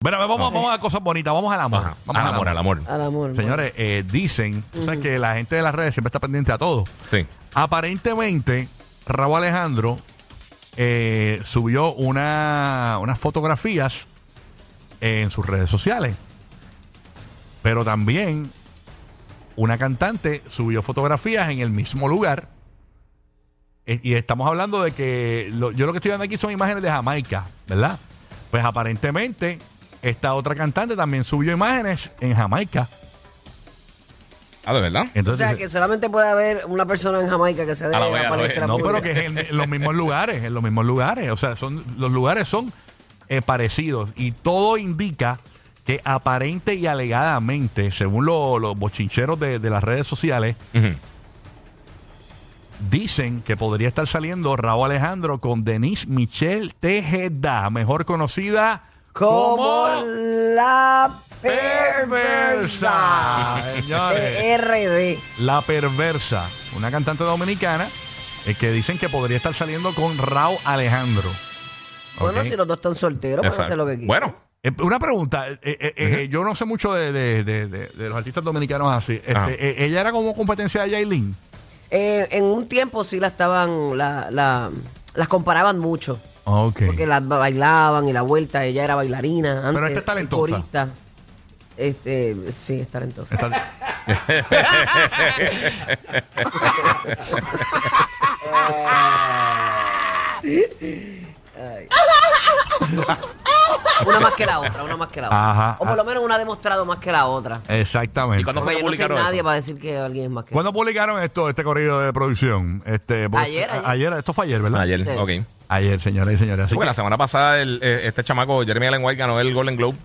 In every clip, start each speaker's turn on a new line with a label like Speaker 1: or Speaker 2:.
Speaker 1: Bueno, vamos, vamos a cosas bonitas, vamos al amor.
Speaker 2: Ajá.
Speaker 1: Vamos
Speaker 2: al amor, al amor.
Speaker 3: Al amor.
Speaker 1: Señores, eh, dicen, tú sabes que la gente de las redes siempre está pendiente a todo.
Speaker 2: Sí.
Speaker 1: Aparentemente, Raúl Alejandro eh, subió una, unas fotografías en sus redes sociales. Pero también una cantante subió fotografías en el mismo lugar. Eh, Y estamos hablando de que lo- yo lo que estoy dando aquí son imágenes de Jamaica, ¿verdad? Pues aparentemente esta otra cantante también subió imágenes en Jamaica.
Speaker 2: Ah, de verdad.
Speaker 3: O
Speaker 1: Entonces,
Speaker 3: sea, que solamente puede haber una persona en Jamaica que sea de
Speaker 2: A la
Speaker 3: la
Speaker 2: vez, a la
Speaker 3: palestra
Speaker 2: vez.
Speaker 1: No,
Speaker 3: pública.
Speaker 1: pero que es en, en los mismos lugares, en los mismos lugares. O sea, son, los lugares son eh, parecidos y todo indica que aparente y alegadamente, según lo- los bochincheros de, de las redes sociales,
Speaker 2: Ujú.
Speaker 1: dicen que podría estar saliendo Raúl Alejandro con Denise Michelle Tejeda, mejor conocida
Speaker 3: Como la perversa
Speaker 1: Señores.
Speaker 3: de RD.
Speaker 1: La Perversa, una cantante dominicana eh, que dicen que podría estar saliendo con Raúl Alejandro.
Speaker 3: Bueno,
Speaker 1: ¿Ok?
Speaker 3: si los dos están solteros, pueden
Speaker 2: Exacto.
Speaker 3: hacer lo que quieran.
Speaker 2: Bueno,
Speaker 1: Eh, Una pregunta, eh, eh, eh, yo no sé mucho de, de- de- de- de los artistas dominicanos así. Este,
Speaker 2: Ajá.
Speaker 1: eh, ella era como competencia de Yailin.
Speaker 3: Eh, en un tiempo sí la estaban, la, la- las comparaban mucho.
Speaker 1: Ok.
Speaker 3: Porque las ba- bailaban y la vuelta, ella era bailarina. Antes,
Speaker 1: esta es talentosa.
Speaker 3: corista. Este, sí, es talentosa.
Speaker 1: Está-
Speaker 3: Una más que la otra, una más que la otra.
Speaker 1: Ajá,
Speaker 3: o por lo menos una ha demostrado más que la otra.
Speaker 1: exactamente.
Speaker 2: ¿Y cuándo fue?
Speaker 3: Porque yo no soy
Speaker 2: publicaron
Speaker 3: nadie
Speaker 2: eso?
Speaker 3: para decir que alguien es más que
Speaker 1: ¿Cuándo publicaron esto, este corrido de producción? Este, porque-
Speaker 3: Ayer, ayer.
Speaker 1: a- esto fue ayer, ¿verdad?
Speaker 2: Ah, ayer,
Speaker 3: Sí.
Speaker 2: ok. Sí,
Speaker 1: Ayer, señores y señores. Así
Speaker 2: porque
Speaker 1: que-
Speaker 2: la semana pasada el, eh, este chamaco Jeremy Allen White ganó el Golden Globe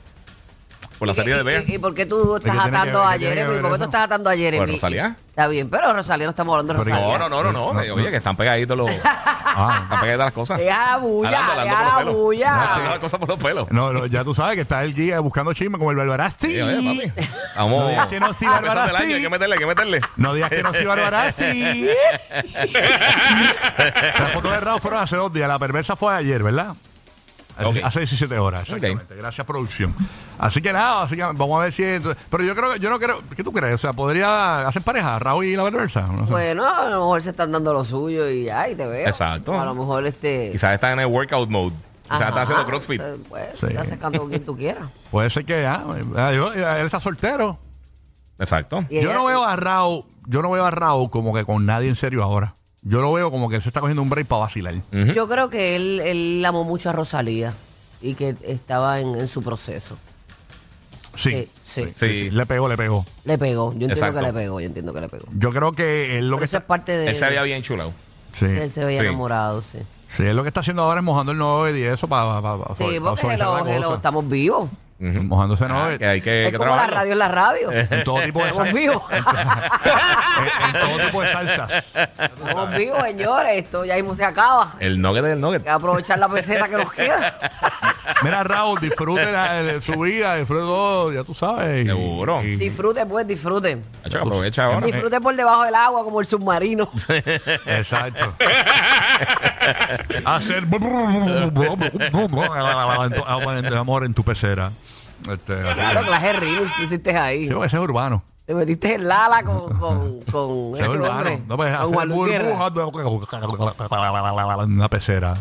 Speaker 2: por la
Speaker 3: ¿Y-
Speaker 2: serie
Speaker 3: y-
Speaker 2: de Bear.
Speaker 3: ¿Y, y por qué tú estás
Speaker 1: tiene que
Speaker 3: atando
Speaker 1: ver-
Speaker 3: a
Speaker 1: qué tiene que
Speaker 3: Jeremy?
Speaker 1: ver
Speaker 3: ¿Por qué tú
Speaker 1: eso?
Speaker 3: estás atando a Jeremy?
Speaker 2: Pues Rosalía.
Speaker 3: Está bien, pero Rosalía no estamos hablando de
Speaker 1: Pero ¿y
Speaker 3: Rosalía.
Speaker 2: No, no, no, no, no.
Speaker 3: Mm,
Speaker 1: No,
Speaker 2: Eh, Oye,
Speaker 1: no.
Speaker 2: que están pegaditos los. Están
Speaker 1: Ah,
Speaker 2: pegaditas las cosas.
Speaker 3: Deja la bulla,
Speaker 2: Hablando, hablando
Speaker 3: deja
Speaker 2: por los
Speaker 3: la
Speaker 2: pelos.
Speaker 3: bulla.
Speaker 2: Hablando las cosas por los pelos.
Speaker 1: no, no, ya tú sabes que está el guía buscando chisme como el Barbarasti.
Speaker 2: Sí, oye, papi.
Speaker 1: No
Speaker 2: Vamos.
Speaker 1: digas que no, sí,
Speaker 2: empezando el
Speaker 1: Barbarasti.
Speaker 2: año, Hay que meterle, hay que meterle.
Speaker 1: No digas que no soy Barbarasti. Las fotos de Raúl fueron hace dos días. La perversa fue ayer, ¿verdad? Hace-
Speaker 2: Ok.
Speaker 1: Hace 17 horas, exactamente. Gracias, producción. Así que nada, así que vamos a ver si. entonces- Pero yo creo, yo no creo. ¿Qué tú crees? O sea, podría hacer pareja Raúl y la perversa. No sé.
Speaker 3: Bueno, a lo mejor se están dando lo suyo y ay, te veo.
Speaker 2: Exacto.
Speaker 3: A lo mejor este.
Speaker 2: Quizás están en el workout mode. Quizás
Speaker 3: ajá,
Speaker 2: están haciendo crossfit.
Speaker 3: eh, Pues,
Speaker 1: Sí.
Speaker 3: estás sacando con quien tú quieras.
Speaker 1: Puede ser que ya. ah, yo- él está soltero.
Speaker 2: Exacto.
Speaker 3: Y
Speaker 1: Yo
Speaker 3: ella-
Speaker 1: no veo a Raúl, yo no veo a Raúl como que con nadie en serio ahora. Yo lo veo como que él se está cogiendo un break para vacilar.
Speaker 2: Ujú.
Speaker 3: Yo creo que él, él amó mucho a Rosalía y que estaba en, en su proceso.
Speaker 1: Sí.
Speaker 3: Sí, sí.
Speaker 2: Sí.
Speaker 1: Le pegó, le pegó.
Speaker 3: Le pegó. Yo entiendo
Speaker 2: Exacto.
Speaker 3: que le pegó. Yo entiendo que le pegó.
Speaker 1: Yo creo que él lo
Speaker 3: Pero
Speaker 1: que
Speaker 3: eso es
Speaker 1: está,
Speaker 3: parte de.
Speaker 2: Él se había bien chulado.
Speaker 1: sí,
Speaker 3: él se veía
Speaker 2: Sí.
Speaker 3: enamorado, sí.
Speaker 1: sí, él lo que está haciendo ahora es mojando el 9 y eso para
Speaker 3: Sí, porque hello, hello, estamos vivos.
Speaker 1: Mojando ese
Speaker 2: Ah,
Speaker 1: 9
Speaker 2: que hay que,
Speaker 3: es
Speaker 2: que
Speaker 3: como la
Speaker 2: trabajar.
Speaker 3: radio es la radio.
Speaker 1: en todo tipo de
Speaker 3: Estamos
Speaker 1: salsas.
Speaker 3: vivos.
Speaker 1: en, en todo tipo de salsas.
Speaker 3: Estamos vivos, señores. Esto ya mismo se acaba.
Speaker 2: El nugget del nugget.
Speaker 3: Hay que aprovechar la peseta que nos queda.
Speaker 1: Mira, Raúl, disfrute la- de su vida, disfrute todo, ya tú sabes. y-
Speaker 2: Seguro.
Speaker 1: y-
Speaker 3: Disfrute, pues, disfrute.
Speaker 2: Hacho, Aprovecha ahora.
Speaker 1: eh.
Speaker 3: Disfrute por debajo del agua como el submarino.
Speaker 1: Exacto. Hacer amor en tu pecera. Este,
Speaker 3: Claro,
Speaker 1: así.
Speaker 3: clase de remix que hiciste ahí.
Speaker 1: Sí, porque ese es urbano.
Speaker 3: Te metiste en Lala con, con, con
Speaker 1: Ese es
Speaker 3: este
Speaker 1: urbano.
Speaker 3: hombre,
Speaker 1: No puedes
Speaker 3: con
Speaker 1: hacer
Speaker 3: Juan Luis Guerra.
Speaker 1: burbujas de- en una pecera.